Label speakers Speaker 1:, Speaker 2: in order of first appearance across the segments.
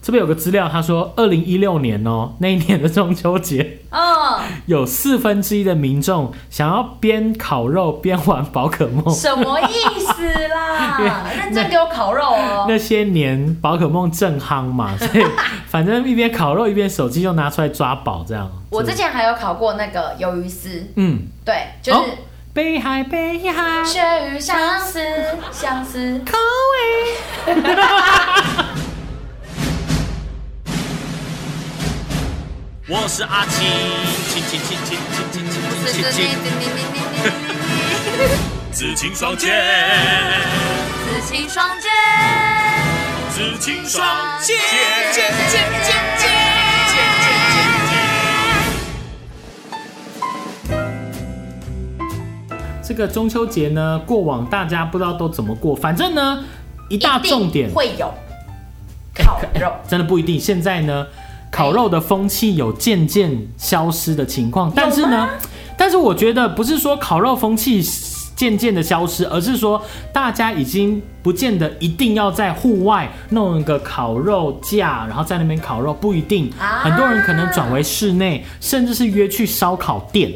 Speaker 1: 这边有个资料，他说二零一六年哦，那一年的中秋节，
Speaker 2: 嗯，
Speaker 1: 有四分之一的民众想要边烤肉边玩宝可梦。
Speaker 2: 什么意思 啦？认真给我烤肉哦。
Speaker 1: 那些年宝可梦正夯嘛，所以反正一边烤肉一边手机就拿出来抓宝这样。
Speaker 2: 我之
Speaker 1: 己
Speaker 2: 前还有烤过那个鱿鱼丝，
Speaker 1: 嗯，
Speaker 2: 对，就
Speaker 1: 哦
Speaker 2: 是
Speaker 1: 北海北海，
Speaker 2: 鳕鱼相思，相思。
Speaker 1: 口味。
Speaker 3: 我是阿青，青青青青青青青青青青，紫青双剑，
Speaker 2: 紫青双剑，
Speaker 3: 紫青双剑。
Speaker 1: 这个中秋节呢，过往大家不知道都怎么过，反正呢，一大重点
Speaker 2: 会有烤肉。
Speaker 1: 真的不一定。现在呢，烤肉的风气有渐渐消失的情况，但是呢，但是我觉得不是说烤肉风气渐渐的消失，而是说大家已经不见得一定要在户外弄一个烤肉架，然后在那边烤肉，不一定。
Speaker 2: 啊
Speaker 1: 很多人可能转为室内，甚至是约去烧烤店。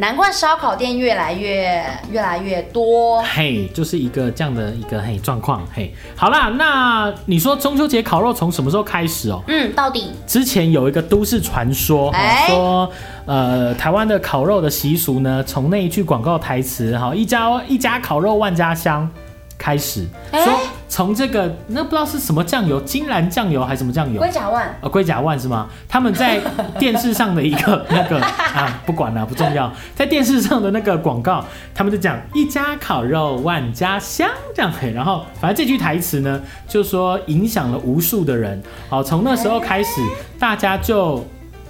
Speaker 2: 难怪烧烤店越来越越来越多。
Speaker 1: 嘿，就是一个这样的一个嘿状况。嘿，好啦，那你说中秋节烤肉从什么时候开始哦？
Speaker 2: 嗯，到底
Speaker 1: 之前有一个都市传说，
Speaker 2: 哎
Speaker 1: 哈说呃台湾的烤肉的习俗呢，从那一句广告台词哈“一家一家烤肉万家香”开始，
Speaker 2: 哎
Speaker 1: 说从这个那不知道是什么酱油，金兰酱油还是什么酱油
Speaker 2: 龟。甲万
Speaker 1: 呃，龟甲万是吗？他们 在电视上的一个那个啊，不管了，不重要，在电视上的那个广告，他们就讲一家烤肉万家香这样嘿，然后反正这句台词呢，就说影响了无数的人。好，从那时候开始，大家就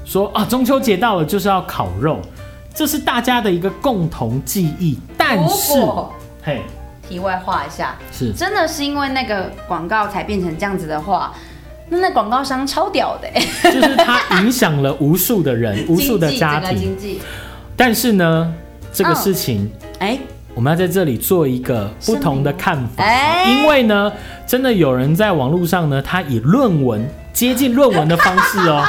Speaker 1: 说啊，中秋节到了就是要烤肉，这是大家的一个共同记忆。但是
Speaker 2: 如，果
Speaker 1: 嘿，
Speaker 2: 题外话一下，
Speaker 1: 是
Speaker 2: 真的是因为那个广告才变成这样子的话，那那广告商超屌的、欸，
Speaker 1: 就是它影响了无数的 人，无数的
Speaker 2: 经济
Speaker 1: 家
Speaker 2: 整个
Speaker 1: 庭。
Speaker 2: 经济，
Speaker 1: 但是呢，这个
Speaker 2: 嗯
Speaker 1: 事情。
Speaker 2: 哎、
Speaker 1: 我们要在这里做一个不同的看法，
Speaker 2: 哎
Speaker 1: 因为呢，真的有人在网络上呢，他以论文接近论文的方式 哦，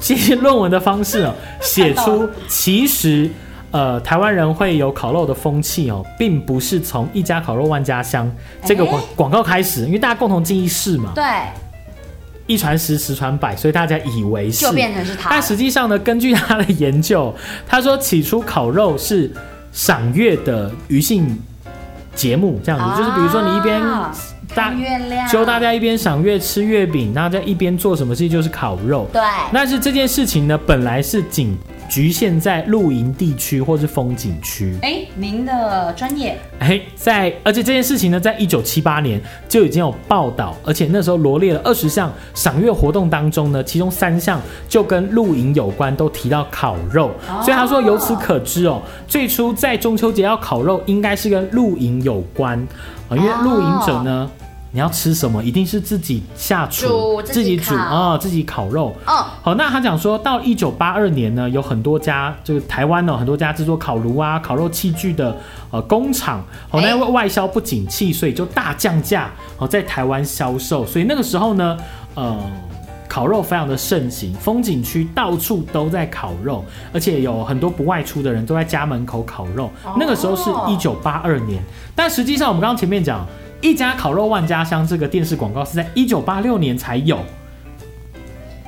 Speaker 1: 接近论文的方式哦，写出其实。呃，台湾人会有烤肉的风气哦，并不是从一家烤肉万家香这个广
Speaker 2: 哎
Speaker 1: 广告开始，因为大家共同记忆是嘛，
Speaker 2: 对，
Speaker 1: 一传十，十传百，所以大家以为是
Speaker 2: 就变成是他
Speaker 1: 但实际上呢，根据他的研究，他说起初烤肉是赏月的余兴节目，这样子，就是比如说你一边
Speaker 2: 啊
Speaker 1: 大
Speaker 2: 看啊月亮，
Speaker 1: 教大家一边赏月吃月饼，然后在一边做什么事情就是烤肉。
Speaker 2: 对，
Speaker 1: 但是这件事情呢，本来是仅局限在露营地区或是风景区。
Speaker 2: 哎、您的专业
Speaker 1: 哎，在而且这件事情呢，在一九七八年就已经有报道，而且那时候罗列了二十项赏月活动当中呢，其中三项就跟露营有关，都提到烤肉。所以他说，由此可知哦，最初在中秋节要烤肉，应该是跟露营有关啊、因为露营者呢。你要吃什么？一定是自己下厨
Speaker 2: 煮、自
Speaker 1: 自己
Speaker 2: 己
Speaker 1: 煮
Speaker 2: 烤
Speaker 1: 啊、哦自己烤肉。
Speaker 2: 哦，
Speaker 1: 好，那他讲说到一九八二年呢，有很多家这个台湾呢、很多家制作烤炉啊、烤肉器具的呃工厂，好、那
Speaker 2: 哎
Speaker 1: 因为外销不景气，所以就大降价，好、在台湾销售，所以那个时候呢，呃。烤肉非常的盛行，风景区到处都在烤肉，而且有很多不外出的人都在家门口烤肉。那个时候是
Speaker 2: 哦
Speaker 1: 一九八二年，但实际上我们刚刚前面讲“一家烤肉万家香”这个电视广告是在一九八六年才有，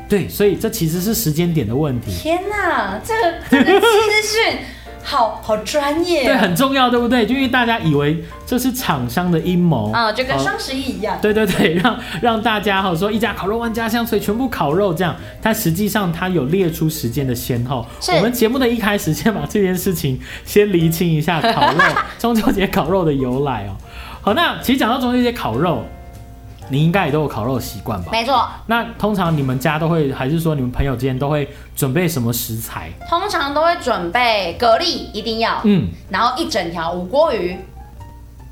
Speaker 1: 对，所以这其实是时间点的问题，
Speaker 2: 天哪，这个这个资讯好好专业
Speaker 1: 对，
Speaker 2: 啊、
Speaker 1: 很重要，对不对？就因为大家以为这是厂商的阴谋
Speaker 2: 哦，就跟
Speaker 1: 哦
Speaker 2: 双十一一样，
Speaker 1: 对对对，让让大家哈说一家烤肉万家香，所以全部烤肉这样。但实际上它有列出时间的先后。
Speaker 2: 是
Speaker 1: 我们节目的一开始先把这件事情先厘清一下，烤肉 中秋节烤肉的由来哦。好，那其实讲到中秋节烤肉，你应该也都有烤肉的习惯吧？
Speaker 2: 没错。
Speaker 1: 那通常你们家都会，还是说你们朋友之间都会准备什么食材？
Speaker 2: 通常都会准备蛤蜊，一定要，
Speaker 1: 嗯，
Speaker 2: 然后一整条无锅鱼，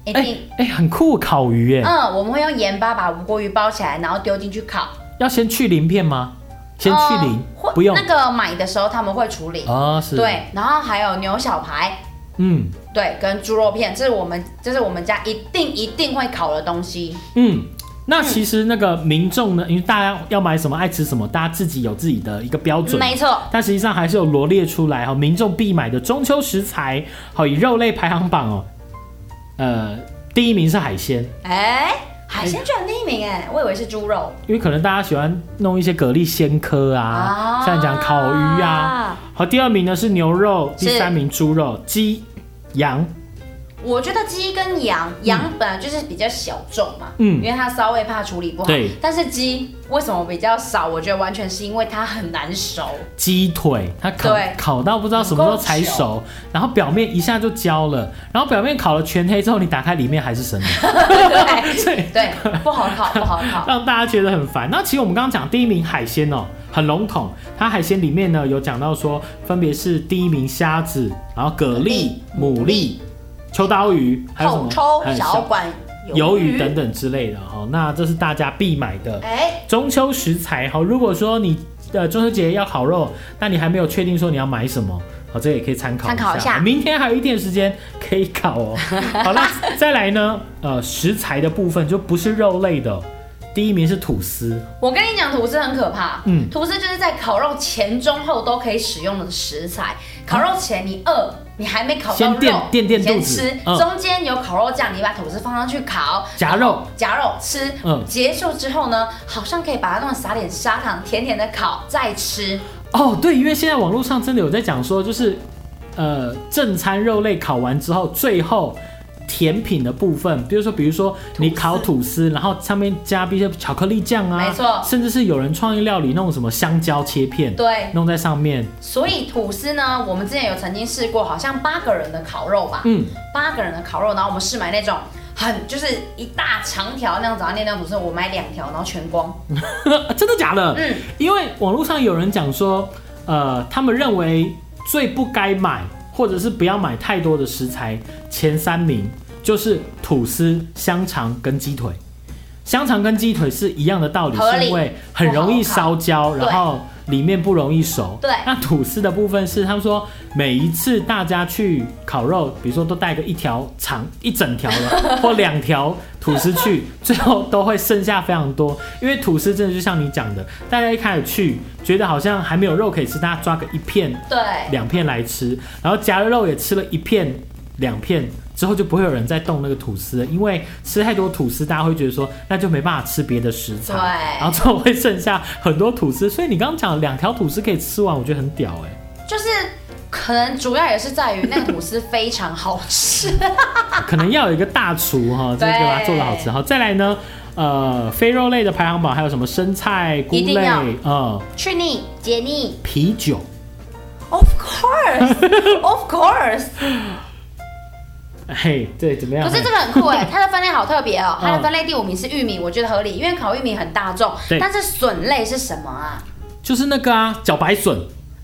Speaker 2: 一
Speaker 1: 哎、
Speaker 2: 定，
Speaker 1: 哎、很酷，烤鱼耶！
Speaker 2: 嗯，我们会用盐巴把无锅鱼包起来，然后丢进去烤。
Speaker 1: 要先去鳞片吗？先去
Speaker 2: 嗯
Speaker 1: 鳞、
Speaker 2: 会
Speaker 1: 不用
Speaker 2: 那个买的时候他们会处理，
Speaker 1: 哦，是，，
Speaker 2: 对，然后还有牛小排，
Speaker 1: 嗯
Speaker 2: 对，跟猪肉片，这是我们这是我们家一定一定会烤的东西。
Speaker 1: 嗯。那其实那个民众呢，因为大家要买什么、爱吃什么，大家自己有自己的一个标准，
Speaker 2: 没错。
Speaker 1: 但实际上还是有罗列出来哈，哦民众必买的中秋食材，好，以肉类排行榜哦，呃，第一名是海鲜，
Speaker 2: 哎、海鲜居然第一名哎、我以为是猪肉
Speaker 1: 因为可能大家喜欢弄一些蛤蜊鲜科啊，像讲烤鱼啊。，好，第二名呢是牛肉，第
Speaker 2: 是
Speaker 1: 三名猪肉、鸡、羊，
Speaker 2: 我觉得鸡跟羊，羊本来就是比较小众嘛，
Speaker 1: 嗯
Speaker 2: 因为它骚味怕处理不好。
Speaker 1: 对
Speaker 2: 但是鸡为什么比较少？我觉得完全是因为它很难熟。
Speaker 1: 鸡腿，它烤
Speaker 2: 对
Speaker 1: 烤到不知道什么时候才熟，然后表面一下就焦了，然后表面烤了全黑之后，你打开里面还是生的，
Speaker 2: 对
Speaker 1: 所以
Speaker 2: 对，不好烤，不好烤。
Speaker 1: 让大家觉得很烦。那其实我们刚刚讲第一名海鲜哦，很笼统，它海鲜里面呢有讲到说，分别是第一名虾子，然后蛤蜊、牡蛎、秋刀鱼，还有什
Speaker 2: 口
Speaker 1: 么
Speaker 2: 抽、
Speaker 1: 哎
Speaker 2: 小管、
Speaker 1: 鱿鱼等。等之类的哈、那这是大家必买的
Speaker 2: 哎，
Speaker 1: 中秋食材哈、如果说你呃中秋节要烤肉，那你还没有确定说你要买什么。好，这也可以参考
Speaker 2: 参考一下
Speaker 1: 明天还有一点时间可以烤 哦。好，那再来呢？呃，食材的部分就不是肉类的哦，第一名是吐司，
Speaker 2: 我跟你讲，吐司很可怕。
Speaker 1: 嗯
Speaker 2: 嗯，吐司就是在烤肉前、中、后都可以使用的食材。烤肉前你饿，你还没烤到
Speaker 1: 先
Speaker 2: 肉，
Speaker 1: 垫垫垫肚
Speaker 2: 先
Speaker 1: 子
Speaker 2: 吃。
Speaker 1: 嗯
Speaker 2: 中间有烤肉酱，你把吐司放上去烤，
Speaker 1: 夹肉，
Speaker 2: 夹肉吃。
Speaker 1: 嗯
Speaker 2: 结束之后呢，好像可以把它弄撒点砂糖，甜甜的烤再吃。
Speaker 1: 哦，对，因为现在网络上真的有在讲说，就是呃，正餐肉类烤完之后，最后甜品的部分，比如说，比如说你烤吐司，然后上面加一些巧克力酱啊，
Speaker 2: 没错
Speaker 1: 甚至是有人创意料理弄什么香蕉切片，
Speaker 2: 对，
Speaker 1: 弄在上面，
Speaker 2: 所以吐司呢，我们之前有曾经试过，好像八个人的烤肉吧。
Speaker 1: 嗯，
Speaker 2: 八个人的烤肉，然后我们是买那种很就是一大长条那样子，然后那种不是我买两条，然后全光。
Speaker 1: 真的假的？
Speaker 2: 嗯，
Speaker 1: 因为网络上有人讲说，呃，他们认为最不该买或者是不要买太多的食材，前三名就是吐司、香肠跟鸡腿。香肠跟鸡腿是一样的道理，
Speaker 2: 合理
Speaker 1: 是因为很容易烧焦，
Speaker 2: 对
Speaker 1: 然后里面不容易熟。
Speaker 2: 对
Speaker 1: 那吐司的部分是他们说，每一次大家去烤肉，比如说都带个一条长一整条的或两条吐司去，最后都会剩下非常多，因为吐司真的就像你讲的，大家一开始去觉得好像还没有肉可以吃，大家抓个一片
Speaker 2: 对，
Speaker 1: 两片来吃，然后夹了肉也吃了一片两片之后，就不会有人再动那个吐司了，因为吃太多吐司，大家会觉得说那就没办法吃别的食材，
Speaker 2: 对
Speaker 1: 然后之后会剩下很多吐司，所以你刚刚讲两条吐司可以吃完，我觉得很屌哎、
Speaker 2: 就是可能主要也是在于那个吐司非常好吃。
Speaker 1: 可能要有一个大厨 哈，这个
Speaker 2: 对
Speaker 1: 把它做的好吃。好，再来呢，呃，非肉类的排行榜还有什么生菜、菇
Speaker 2: 一定
Speaker 1: 类
Speaker 2: 要、
Speaker 1: 呃，
Speaker 2: 去腻解腻
Speaker 1: 啤酒。
Speaker 2: ，Of course，Of course。
Speaker 1: 嘿，对，怎么样？
Speaker 2: 可是这个很酷哎，它的分类好特别哦。它的分类第五名是玉米，我觉得合理，因为烤玉米很大众
Speaker 1: 对。
Speaker 2: 但是笋类是什么啊？
Speaker 1: 就是那个啊，茭白笋，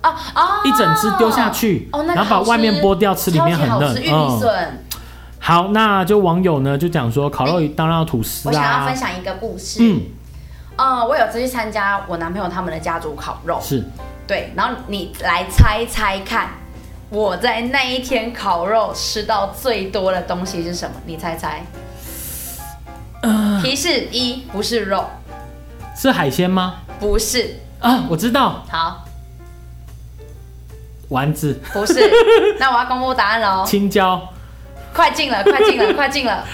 Speaker 2: 哦哦，
Speaker 1: 一整只丢下去
Speaker 2: 哦，那个
Speaker 1: 然后把
Speaker 2: 好吃
Speaker 1: 外面剥掉吃里面很
Speaker 2: 超级好
Speaker 1: 嫩嗯
Speaker 2: 吃玉米笋。
Speaker 1: 好，那就网友呢就讲说，烤肉当然要吐司
Speaker 2: 哎我想要
Speaker 1: 啊
Speaker 2: 分。享一个故事，
Speaker 1: 嗯，
Speaker 2: 呃，我有次去参加我男朋友他们的家族烤肉，
Speaker 1: 是
Speaker 2: 对，然后你来猜猜看，我在那一天烤肉吃到最多的东西是什么？你猜猜。
Speaker 1: 呃
Speaker 2: 提示一，不是肉，
Speaker 1: 是海鲜吗？
Speaker 2: 不是，
Speaker 1: 啊，我知道，
Speaker 2: 好，
Speaker 1: 丸子、
Speaker 2: 不是。 那我要公布答案喽，
Speaker 1: 青椒、
Speaker 2: 快进了，快进了，快进了，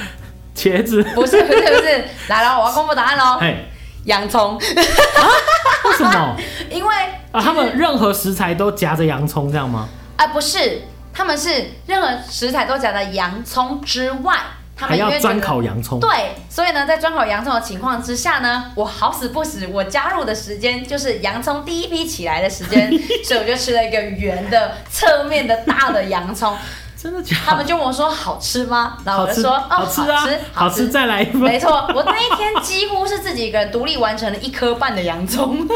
Speaker 1: 茄子，
Speaker 2: 不是，不是，不是，来了，我要公布答案喽，
Speaker 1: 嘿，
Speaker 2: 洋葱，
Speaker 1: 为什么
Speaker 2: 因为
Speaker 1: 哎啊？他们任何食材都夹着洋葱这样吗？
Speaker 2: 啊，不是，他们是任何食材都夹的洋葱之外，他
Speaker 1: 还
Speaker 2: 们因
Speaker 1: 要
Speaker 2: 为
Speaker 1: 专
Speaker 2: 觉得
Speaker 1: 烤洋葱？
Speaker 2: 对，所以呢，在专烤洋葱的情况之下呢，我好死不死，我加入的时间就是洋葱第一批起来的时 间，所以我就吃了一个圆的、侧面的大的洋葱。
Speaker 1: 真的假的？
Speaker 2: 他们就问我说：“好吃吗？”然后
Speaker 1: 好
Speaker 2: 我就
Speaker 1: 吃，
Speaker 2: 说：“哦，
Speaker 1: 好吃啊，好
Speaker 2: 好
Speaker 1: 吃，
Speaker 2: 吃。
Speaker 1: 再来一份
Speaker 2: 没。错，我那一天几乎是自己一个人独立完成了一颗半的 洋葱。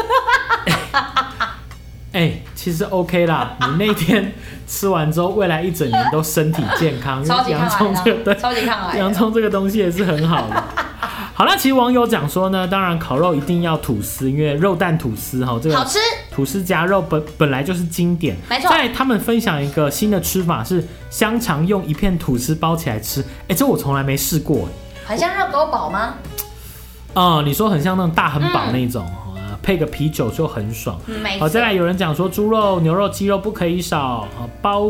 Speaker 1: 哎，其实 OK 啦，你那天吃完之后，未来一整年都身体健康，因
Speaker 2: 超
Speaker 1: 为
Speaker 2: 级
Speaker 1: 洋葱
Speaker 2: 抗
Speaker 1: 这个
Speaker 2: 癌的，啊
Speaker 1: 对。
Speaker 2: 超级抗癌
Speaker 1: 洋
Speaker 2: 的。
Speaker 1: 葱这个东西也是很好 的。好啦，其实网友讲说呢，当然烤肉一定要吐司，因为肉蛋吐司哈，这
Speaker 2: 好
Speaker 1: 个
Speaker 2: 吃，
Speaker 1: 吐司夹肉本本来就是经典。
Speaker 2: 没错
Speaker 1: 在他们分享一个新的吃法是香肠用一片吐司包起来吃，哎、这我从来没试过哎。
Speaker 2: 很像热狗堡吗？
Speaker 1: 哦、你说很像那种大汉堡那种，啊配个啤酒就很爽。
Speaker 2: 嗯没
Speaker 1: 好，
Speaker 2: 错
Speaker 1: 再来有人讲说猪肉、牛肉、鸡肉不可以少，啊，包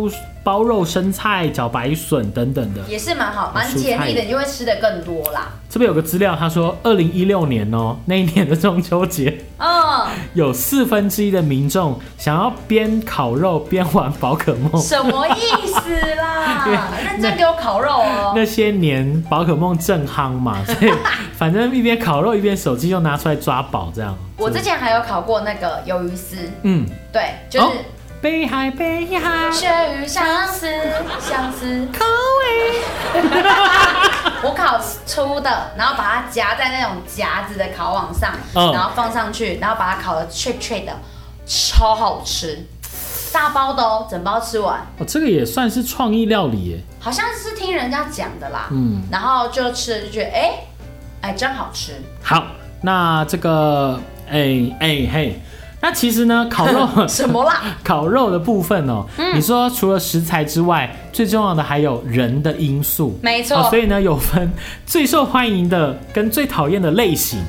Speaker 1: 包肉、生菜、茭白笋等等的。
Speaker 2: 也是蛮好，蛮解腻的，你就会吃的更多啦。
Speaker 1: 这边有个资料，他说二零一六年哦、那一年的中秋节，
Speaker 2: 嗯，
Speaker 1: 有四分之一的民众想要边烤肉边玩宝可梦。
Speaker 2: 什么意思 啦？认真给我烤肉哦。
Speaker 1: 那些年宝可梦正夯 嘛，所以反正一边烤肉一边手机又拿出来抓宝这样。
Speaker 2: 我之前还有烤过那个鱿鱼丝，
Speaker 1: 嗯，
Speaker 2: 对，就是
Speaker 1: 哦北海北海，
Speaker 2: 鳕鱼相思相思，
Speaker 1: 口味。
Speaker 2: 我烤粗的，然后把它夹在那种夹子的烤网上，
Speaker 1: 嗯
Speaker 2: 然后放上去，然后把它烤的脆脆的，超好吃，大包的哦，整包吃完。
Speaker 1: 哦，这个也算是创意料理耶。
Speaker 2: 好像是听人家讲的啦，
Speaker 1: 嗯
Speaker 2: 嗯，然后就吃了就觉得，哎、哎，真好 吃，
Speaker 1: 好，那这个，哎哎嘿，那其实呢，烤 肉
Speaker 2: 什么啦？
Speaker 1: 烤肉的部分哦，
Speaker 2: 嗯
Speaker 1: 你说除了食材之外，最重要的还有人的因素。
Speaker 2: 没错，
Speaker 1: 哦，所以呢，有分最受欢迎的跟最讨厌的类型。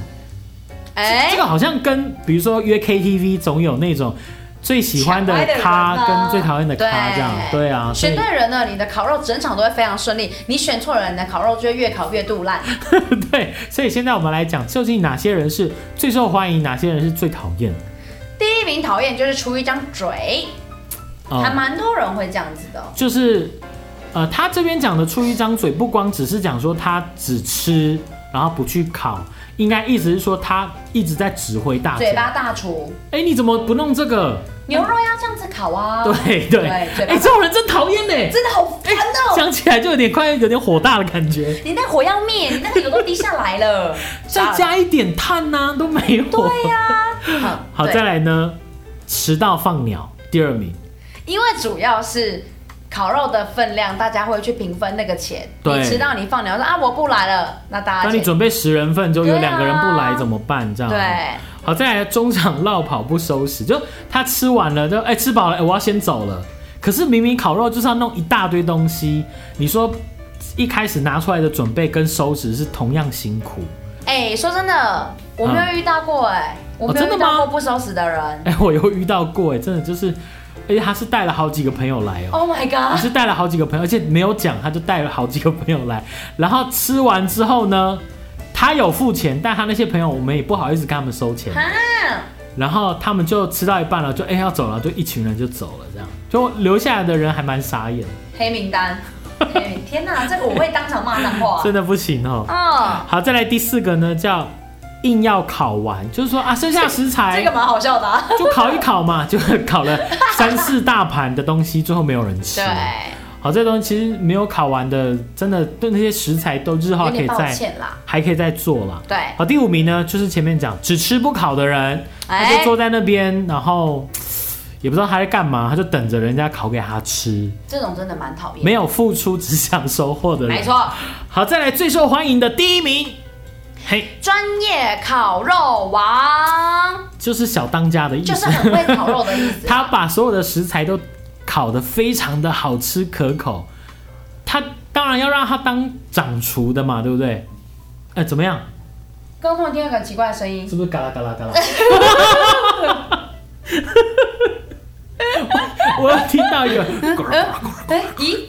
Speaker 2: 哎、
Speaker 1: 这个好像跟比如说约 KTV 总有那种最喜欢的
Speaker 2: 抢拍的人
Speaker 1: 咖
Speaker 2: 啊
Speaker 1: 跟最讨厌的咖这样，
Speaker 2: 对
Speaker 1: 对啊，所
Speaker 2: 选
Speaker 1: 以
Speaker 2: 对人了，你的烤肉整场都会非常顺利；你选错人，你的烤肉就会越烤越 肚烂。
Speaker 1: 对，所以现在我们来讲，究竟哪些人是最受欢迎，哪些人是最讨厌？
Speaker 2: 第一名讨厌就是出一张嘴，
Speaker 1: 啊
Speaker 2: 还蛮多人会这样子的哦。
Speaker 1: 就是呃，他这边讲的出一张嘴，不光只是讲说他只吃，然后不去烤，应该意思是说他一直在指挥大
Speaker 2: 嘴
Speaker 1: 家。
Speaker 2: 巴大厨，
Speaker 1: 哎、你怎么不弄这个？
Speaker 2: 牛肉要这样子烤啊，
Speaker 1: 对对，哎、
Speaker 2: 嘴巴大
Speaker 1: 这种人真讨厌呢，
Speaker 2: 真的好烦哦、
Speaker 1: 想起来就有点快有点火大的感觉。
Speaker 2: 你那火要灭，你那个油都滴下 来了，
Speaker 1: 再加一点碳呐、都没有。对呀、
Speaker 2: 好
Speaker 1: 好，
Speaker 2: 对
Speaker 1: 再来呢，迟到放鸟第二名，
Speaker 2: 因为主要是烤肉的分量，大家会去平分那个钱。
Speaker 1: 对
Speaker 2: 你迟到你放鸟说啊我不来了，那大家
Speaker 1: 当你
Speaker 2: 钱
Speaker 1: 准备十人份，就有两个人不来
Speaker 2: 对啊
Speaker 1: 怎么办？这样。
Speaker 2: 对，
Speaker 1: 好，再来中场绕跑不收拾，就他吃完了就哎、吃饱了、哎我要先走了。可是明明烤肉就是要弄一大堆东西，你说一开始拿出来的准备跟收拾是同样辛苦。
Speaker 2: 哎、说真的，我没有遇到过哎、我
Speaker 1: 哦
Speaker 2: 没
Speaker 1: 真
Speaker 2: 有
Speaker 1: 的
Speaker 2: 遇
Speaker 1: 吗
Speaker 2: 到过不收拾的人。
Speaker 1: 哎、我有遇到过哎、真的就是，而且他是带了好几个朋友来哦、
Speaker 2: Oh my
Speaker 1: 你
Speaker 2: god！
Speaker 1: 是带了好几个朋友，而且没有讲，他就带了好几个朋友来。然后吃完之后呢，他有付钱，但他那些朋友我们也不好意思跟他们收钱。
Speaker 2: 啊，
Speaker 1: 然后他们就吃到一半了，就哎、要走了，就一群人就走了，这样就留下来的人还蛮傻眼，
Speaker 2: 黑名单，黑名 天哪，这个我会当场骂脏话。
Speaker 1: 真的不行哦。
Speaker 2: 哦，
Speaker 1: 好，再来第四个呢，叫硬要烤完，就是说啊，剩下食材
Speaker 2: 这个蛮好笑 的、啊。
Speaker 1: 就烤一烤嘛，就 烤了三四大盘的东西，最后没有人吃
Speaker 2: 对。，
Speaker 1: 好，这东西其实没有烤完的，真的对那些食材都日后还
Speaker 2: 有
Speaker 1: 可
Speaker 2: 点
Speaker 1: 以
Speaker 2: 抱
Speaker 1: 再
Speaker 2: 歉啦。
Speaker 1: 还可以再做啦。
Speaker 2: 对，
Speaker 1: 好，第五名呢，就是前面讲只吃不烤的人，他
Speaker 2: 哎
Speaker 1: 就坐在那边，然后嘖也不知道他在干嘛，他就等着人家烤给他吃，
Speaker 2: 这种真的蛮讨厌。
Speaker 1: 没有付出只想收获的人。
Speaker 2: 没。错，
Speaker 1: 好，再来最受欢迎的第一名，嘿，
Speaker 2: 专业烤肉王
Speaker 1: 就是小当家的意
Speaker 2: 就是
Speaker 1: 思。
Speaker 2: 很会烤肉的意 思。
Speaker 1: 他把所有的食材都烤得非常的好吃可口，他当然要让他当掌厨的嘛，对不对？哎，怎么样？
Speaker 2: 刚刚突然听到一个很奇怪的声音，
Speaker 1: 是不是嘎啦嘎啦嘎啦？ 我有听到一个，
Speaker 2: 哎、咦，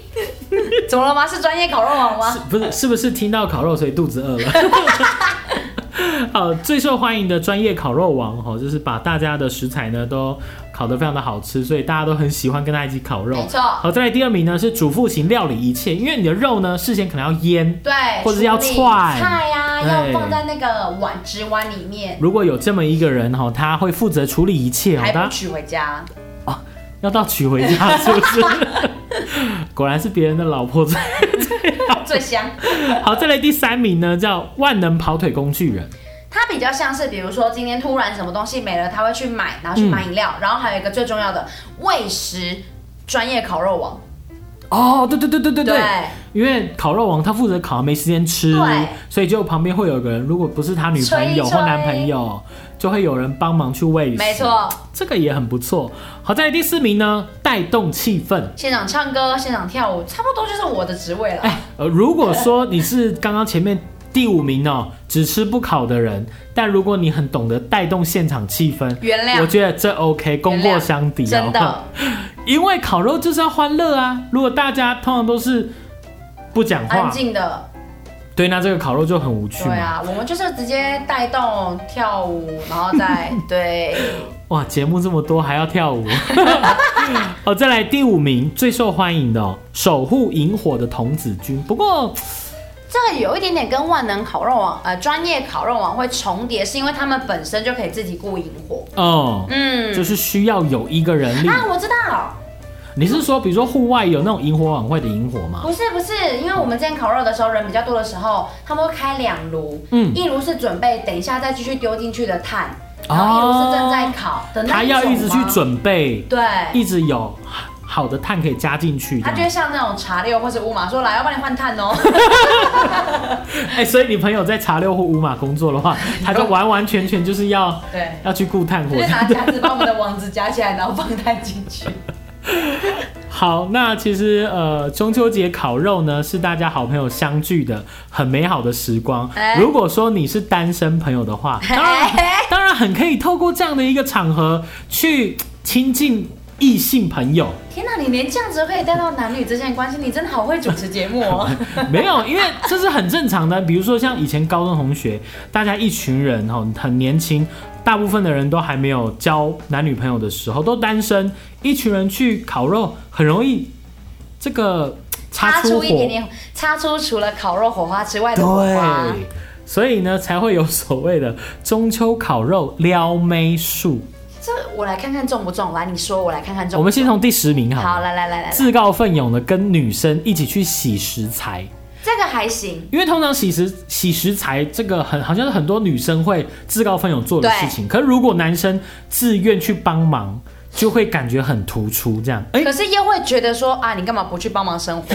Speaker 2: 怎么了吗？是专业烤肉王吗？
Speaker 1: 不是，是不是听到烤肉所以肚子饿了？ 好，最受欢迎的专业烤肉王哦，就是把大家的食材呢都烤得非常的好吃，所以大家都很喜欢跟他一起烤肉。
Speaker 2: 没错
Speaker 1: 好，再来第二名呢是主妇型料理一切，因为你的肉呢事先可能要腌，
Speaker 2: 对，
Speaker 1: 或者是要哎
Speaker 2: 处理
Speaker 1: 踹
Speaker 2: 菜呀、
Speaker 1: 对
Speaker 2: 要放在那个碗纸碗里面，
Speaker 1: 如果有这么一个人哈，他会负责处理一切哦，
Speaker 2: 还
Speaker 1: 他
Speaker 2: 不取回家。
Speaker 1: 要到娶回家是不 是？果然是别人的老婆最
Speaker 2: 最香，
Speaker 1: 好，再来第三名呢，叫万能跑腿工具人。
Speaker 2: 它比较像是，比如说今天突然什么东西没了，他会去买，然后去买饮
Speaker 1: 嗯
Speaker 2: 料，然后还有一个最重要的喂食专业烤肉王，
Speaker 1: 哦，对对对对对
Speaker 2: 对，
Speaker 1: 因为烤肉王他负责烤，没时间吃
Speaker 2: 对，
Speaker 1: 所以就旁边会有个人，如果不是他女朋友
Speaker 2: 催一催
Speaker 1: 或男朋友，就会有人帮忙去喂食。
Speaker 2: 没，错，
Speaker 1: 这个也很不错。好，再来第四名呢，带动气氛。
Speaker 2: 现 场唱歌，现场跳舞，差不多就是我的职位了。
Speaker 1: 哎，呃，如果说你是刚刚前面第五名哦，只吃不烤的人，但如果你很懂得带动现场气氛，
Speaker 2: 原谅
Speaker 1: 我觉得这 OK，功过相抵、哦，
Speaker 2: 真的，
Speaker 1: 因为烤肉就是要欢乐啊。如果大家通常都是不讲
Speaker 2: 安
Speaker 1: 话，
Speaker 2: 静的。
Speaker 1: 对，那这个烤肉就很无趣
Speaker 2: 对
Speaker 1: 嘛。
Speaker 2: 啊，我们就是直接带动跳舞，然后 再对
Speaker 1: 哇，节目这么多还要跳 舞。 哦，再来第五名最受欢迎的、哦，守护萤火的童子军。不过
Speaker 2: 这个有一点点跟万能烤肉网呃专业烤肉网会重叠，是因为他们本身就可以自己雇萤火。
Speaker 1: 哦，
Speaker 2: 嗯，
Speaker 1: 就是需要有一个人力。
Speaker 2: 啊，我知道，
Speaker 1: 你是说，比如说户外有那种萤火晚会的萤火吗？
Speaker 2: 不是不是，因为我们之前烤肉的时候人比较多的时候，他们会开两炉，
Speaker 1: 嗯
Speaker 2: 一炉是准备等一下再继续丢进去的炭，然后一炉是正在烤的那
Speaker 1: 哦他
Speaker 2: 一种
Speaker 1: 要一直去
Speaker 2: 吗，
Speaker 1: 准备，
Speaker 2: 对，
Speaker 1: 一直有好的碳可以加进去。
Speaker 2: 他
Speaker 1: 这
Speaker 2: 就会
Speaker 1: 样
Speaker 2: 像那种茶六或是乌马说来，要帮你换炭 哦，
Speaker 1: 哎、所以你朋友在茶六或五马工作的话，他就完完全全就是要
Speaker 2: 对。啊
Speaker 1: 要去顾炭火
Speaker 2: 就。是拿夹 子把我们的网子夹起来，然后放炭进去。
Speaker 1: 好，那其实呃，中秋节烤肉呢是大家好朋友相聚的很美好的时光。
Speaker 2: 哎
Speaker 1: 如果说你是单身朋友的话，当然当然很可以透过这样的一个场合去亲近异性朋友。
Speaker 2: 天哪，你连这样子都可以带到男女之间的关系，你真的好会主持节目 哦！
Speaker 1: 没有，因为这是很正常的。比如说像以前高中同学，大家一群人哈，很年轻，大部分的人都还没有交男女朋友的时候，都单身，一群人去烤肉，很容易这个擦
Speaker 2: 擦
Speaker 1: 出
Speaker 2: 出
Speaker 1: 火。
Speaker 2: 一点点，擦出除了烤肉火花之外的火花。
Speaker 1: 对，所以呢才会有所谓的中秋烤肉撩妹术。
Speaker 2: 这我来看看中不中，来你说，我来看看中不中。
Speaker 1: 我们先从第十名好了
Speaker 2: 好，来来来来，来
Speaker 1: 自告奋勇的跟女生一起去洗食材。
Speaker 2: 这个还行，
Speaker 1: 因为通常洗食洗食材这个很好像是很多女生会自告奋勇做的事情，可是如果男生自愿去帮忙，就会感觉很突出。这样，哎、
Speaker 2: 可是又会觉得说啊，你干嘛不去帮忙生活？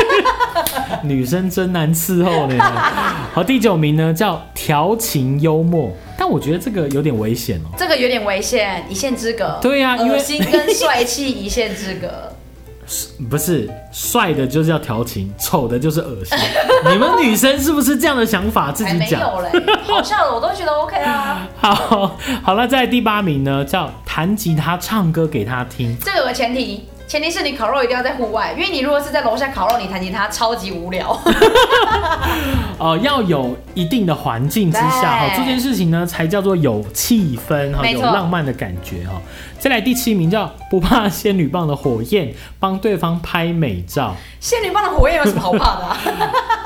Speaker 1: 哎女生真难伺候 呢。好，第九名呢叫调情幽默，但我觉得这个有点危险哦。
Speaker 2: 这个有点危险，一线之 隔。
Speaker 1: 对呀因为
Speaker 2: 恶心跟帅气一线之 隔。
Speaker 1: 不是，帅的就是要调情，丑的就是恶 心。你们女生是不是这样的想法？自
Speaker 2: 还
Speaker 1: 己
Speaker 2: 没
Speaker 1: 讲。
Speaker 2: 有嘞，好笑的我都觉得 OK 啊。
Speaker 1: 好，好了，在第八名呢叫弹吉他唱歌给他听。
Speaker 2: 这个有个前提，前提是你烤肉一定要在户外，因为你如果是在楼下烤肉，你弹吉他超级无 聊。
Speaker 1: 呃，要有一定的环境之下哈，
Speaker 2: 对
Speaker 1: 这件事情呢才叫做有气氛哈，
Speaker 2: 没
Speaker 1: 有
Speaker 2: 错
Speaker 1: 浪漫的感觉哈。再来第七名叫不怕仙女棒的火焰，帮对方拍美 照。
Speaker 2: 仙女棒的火焰有什么好怕的、啊？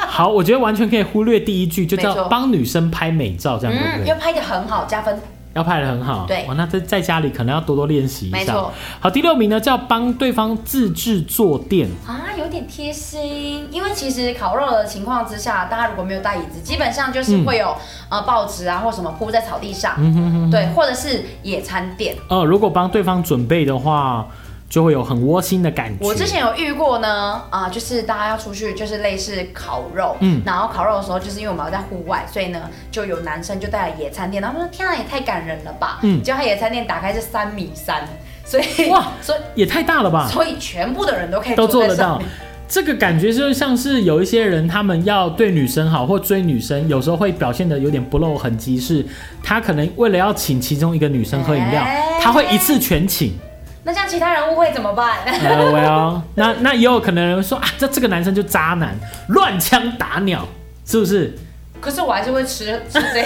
Speaker 1: 好，我觉得完全可以忽略第一句，就
Speaker 2: 没
Speaker 1: 叫
Speaker 2: 错
Speaker 1: 帮女生拍美照，这样对不
Speaker 2: 嗯，
Speaker 1: 对
Speaker 2: 又？拍的很好，加分。
Speaker 1: 要拍的很好，
Speaker 2: 对
Speaker 1: 哇，那在在家里可能要多多练习一
Speaker 2: 没
Speaker 1: 下
Speaker 2: 错。
Speaker 1: 好，第六名呢叫帮对方自制坐垫，
Speaker 2: 啊，有点贴心，因为其实烤肉的情况之下，大家如果没有带椅子，基本上就是会有、呃报纸啊或什么铺在草地上，对，或者是野餐垫。
Speaker 1: 呃，如果帮对方准备的话，就会有很窝心的感觉。
Speaker 2: 我之前有遇过呢，啊、就是大家要出去，就是类似烤肉，
Speaker 1: 嗯
Speaker 2: 然后烤肉的时候，就是因为我们要在户外，所以呢，就有男生就带了野餐垫，然后他说天啊，也太感人了吧，
Speaker 1: 嗯
Speaker 2: 结果他野餐垫打开是三米三，所以
Speaker 1: 哇，
Speaker 2: 所以
Speaker 1: 也太大了吧？
Speaker 2: 所以全部的人都可以
Speaker 1: 都做得
Speaker 2: 坐在上
Speaker 1: 到
Speaker 2: 面。。
Speaker 1: 这个感觉就像是有一些人，他们要对女生好或追女生，有时候会表现得有点不露痕迹，是他可能为了要请其中一个女生喝饮料
Speaker 2: 哎，
Speaker 1: 他会一次全请。
Speaker 2: 那这样其他人误会怎么办？
Speaker 1: 呃，喂哦，那那也有可能有人说啊，这这个男生就渣男，乱枪打鸟，是不是？
Speaker 2: 可是我还是会吃吃这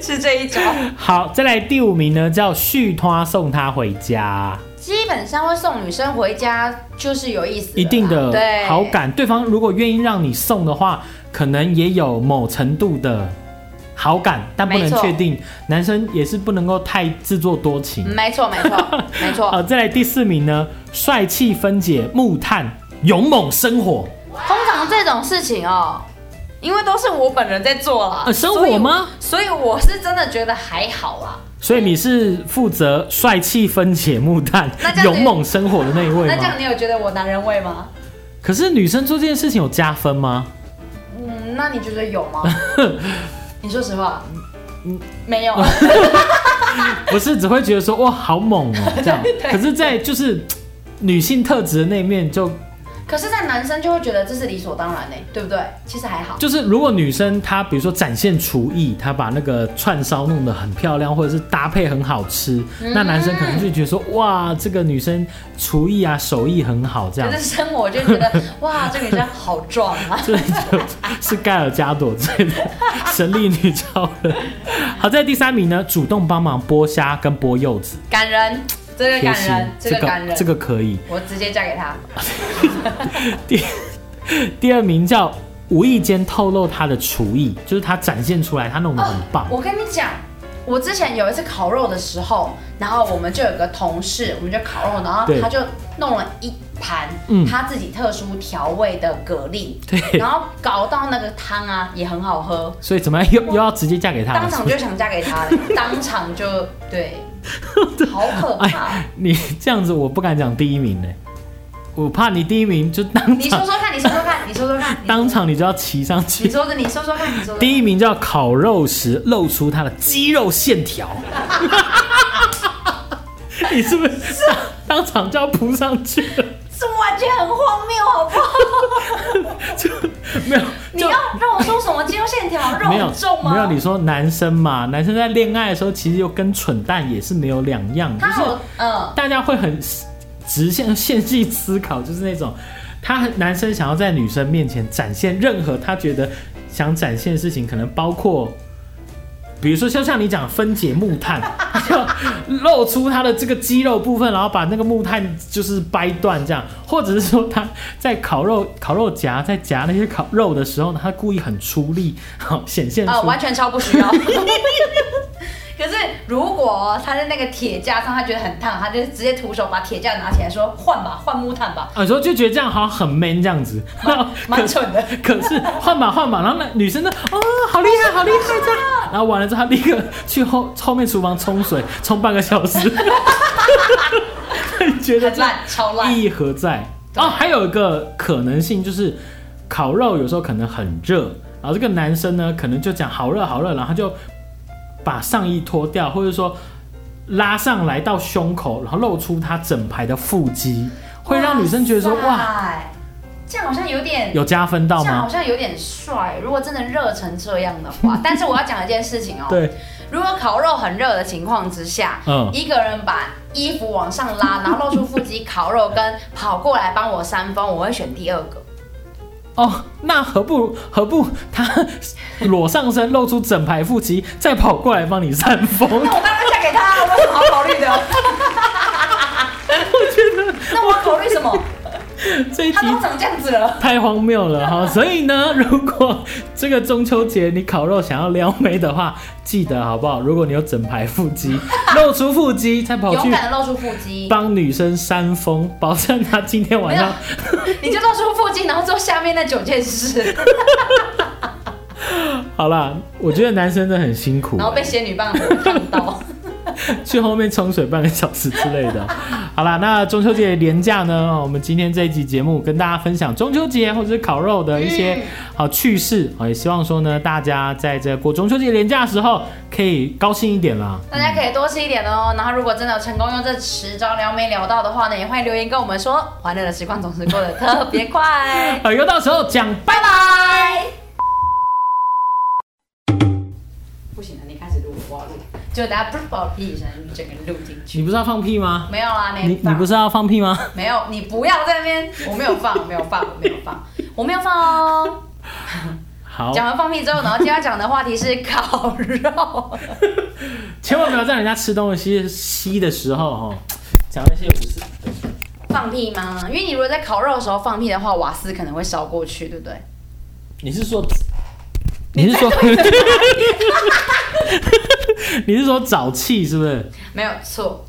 Speaker 2: 吃这一招，
Speaker 1: 好，再来第五名呢，叫续他送他回家，
Speaker 2: 基本上会送女生回家就是有意思了啦，
Speaker 1: 一定的
Speaker 2: 对
Speaker 1: 好。感。对方如果愿意让你送的话，可能也有某程度的好感，但不能
Speaker 2: 没错
Speaker 1: 确定。男生也是不能够太自作多情。
Speaker 2: 没错，没错，没错。
Speaker 1: 好，再来第四名呢，帅气分解木炭，勇猛生火。
Speaker 2: 通常这种事情哦，因为都是我本人在做啦。
Speaker 1: 呃生
Speaker 2: 所以
Speaker 1: 火吗
Speaker 2: 所以我是真的觉得还好啦。
Speaker 1: 所以你是负责帅气分解木炭
Speaker 2: 那这、样子
Speaker 1: 勇猛生火的那一位
Speaker 2: 那这
Speaker 1: 吗
Speaker 2: 样？你有觉得我男人味吗？
Speaker 1: 可是女生做这件事情有加分 吗？
Speaker 2: 嗯，那你觉得有 吗？你说实话，
Speaker 1: 嗯
Speaker 2: 没有。啊
Speaker 1: 不是，只会觉得说哇好猛哦、这样。
Speaker 2: 对对
Speaker 1: 可是，在就是嘖女性特质的那一面就
Speaker 2: 可是，在男生就会觉得这是理所当然呢、欸对不对？其实还好，
Speaker 1: 就是如果女生她比如说展现厨艺，她把那个串烧弄得很漂亮，或者是搭配很好吃，
Speaker 2: 嗯
Speaker 1: 那男生可能就觉得说哇，这个女生厨艺啊手艺很好这样
Speaker 2: 可是，生活就觉得 哇，这个女生好壮啊。
Speaker 1: 这就是盖尔加朵之类的神力女超人。好在第三名呢，主动帮忙剥虾跟剥柚子，
Speaker 2: 感人，这个
Speaker 1: 贴
Speaker 2: 感
Speaker 1: 心
Speaker 2: 人，，这个感人，
Speaker 1: 这个可以。
Speaker 2: 我直接嫁给他。
Speaker 1: 第第二名叫无意间透露他的厨艺，就是他展现出来，他弄得很棒。
Speaker 2: 哦我跟你讲，我之前有一次烤肉的时候，然后我们就有个同事，我们就烤肉，然后
Speaker 1: 对
Speaker 2: 他就弄了一盘
Speaker 1: 嗯
Speaker 2: 他自己特殊调味的蛤蜊，
Speaker 1: 对
Speaker 2: 然后搞到那个汤啊也很好喝，
Speaker 1: 所以怎么样又又要直接嫁给他
Speaker 2: 当
Speaker 1: 了？
Speaker 2: 场就想嫁给 他了，当场就对，好可怕。
Speaker 1: 哎， 你这样子我不敢讲第一名呢、我怕你第一名就当
Speaker 2: 你说
Speaker 1: 场
Speaker 2: 说看，你说说看，你说说看，你
Speaker 1: 当场你就要骑上
Speaker 2: 你
Speaker 1: 去。
Speaker 2: 说的，你说说看，你说说看
Speaker 1: 第一名叫烤肉时露出他的肌肉线条， 你是不是当当场就要扑上去了？
Speaker 2: 这完全很荒谬，好不好？
Speaker 1: 就没有，
Speaker 2: 你
Speaker 1: 就
Speaker 2: 要让我说什么肌肉线条，肉
Speaker 1: 没有
Speaker 2: 很重吗？
Speaker 1: 没有，你说男生嘛，男生在恋爱的时候其实又跟蠢蛋也是没有两样，就
Speaker 2: 他
Speaker 1: 是
Speaker 2: 有嗯。
Speaker 1: 大家会很直线线性思考，就是那种他男生想要在女生面前展现任何他觉得想展现的事情，可能包括。比如说，就像你讲分解木炭，就露出他的这个肌肉部分，然后把那个木炭就是掰断这样，或者是说他在烤肉烤肉夹在夹那些烤肉的时候呢，他故意很出力，好显现出
Speaker 2: 啊、完全超 不需要。 可是如果他在那个铁架上，他觉得很烫，他就直接徒手把铁架拿起来说换吧，换木炭吧，
Speaker 1: 啊，有时候就觉得这样好像很 man 这样子，
Speaker 2: 蛮 蠢的。
Speaker 1: 可是换吧换吧，然后那女生呢，哦，好厉害，好厉害这样。然后完了之后，她立刻去后后面厨房冲水，冲半个小 时。你觉得
Speaker 2: 很
Speaker 1: 这
Speaker 2: 烂，超烂。
Speaker 1: 意义何在？
Speaker 2: 对
Speaker 1: 哦，还有一个可能性就是，烤肉有时候可能很热，然后这个男生呢，可能就讲好热好热，然后他就把上衣脱掉，或者说拉上来到胸口，然后露出他整排的腹肌，会让女生觉得说哇，
Speaker 2: 塞，这样好像有点，
Speaker 1: 有加分到
Speaker 2: 这样
Speaker 1: 吗
Speaker 2: 好？像有点帅。如果真的热成这样的 话，但是我要讲一件事情哦。
Speaker 1: 对，
Speaker 2: 如果烤肉很热的情况之下，
Speaker 1: 嗯
Speaker 2: 一个人把衣服往上拉，然后露出腹肌烤肉，跟跑过来帮我扇风，我会选第二个。
Speaker 1: 哦，那何不何不他 裸上身露出整排腹肌，再跑过来帮你扇风？
Speaker 2: 那我当然嫁给他，我有什么好考虑的？我觉得，那 我要考虑什么？
Speaker 1: 这一集
Speaker 2: 他都长这样子了，
Speaker 1: 太荒谬了哈！所以呢，如果这个中秋节你烤肉想要撩妹的话，记得好不好？如果你有整排腹肌，露出腹肌再跑
Speaker 2: 勇
Speaker 1: 去
Speaker 2: 敢的露出腹肌，
Speaker 1: 帮女生扇风，保证她今天晚上
Speaker 2: 你就露出腹肌，然后做下面那九件 事，
Speaker 1: 好啦。我觉得男生真的很辛苦
Speaker 2: 然，后被仙女棒烫到。
Speaker 1: 去后面冲水半个小时之类的。 好啦，那中秋节连假呢，我们今天这一集节目跟大家分享中秋节或者是烤肉的一些好趣事啊，也希望说呢，大家在这过中秋节连假的时候可以高兴一点啦。。
Speaker 2: 大家可以多吃一点哦。然后如果真的有成功用这十招撩妹聊到的话呢，也欢迎留言跟我们说，欢乐的时光总是过得特别快
Speaker 1: 呃，又到时候讲拜。
Speaker 2: 拜拜。不行了，你开始录，我要录，就大家不是把我屁声整个录进去。
Speaker 1: 你不是要放屁吗？
Speaker 2: 没有啊，
Speaker 1: 你
Speaker 2: 没
Speaker 1: 你
Speaker 2: 放，
Speaker 1: 不是要放屁吗？
Speaker 2: 没有，你不要在那边，我没有放， 我没有放，我没有放，我没有放哦。
Speaker 1: 好，
Speaker 2: 讲完放屁之后，然后接下来讲的话题是 烤肉，
Speaker 1: 千万不要在人家吃东西吸的时候哦，讲那些不是。
Speaker 2: 放屁吗？因为你如果在烤肉的时候放屁的话，瓦斯可能会烧过去，对不对？
Speaker 1: 你是说，你是说， 你是说沼气是不是？
Speaker 2: 没有错，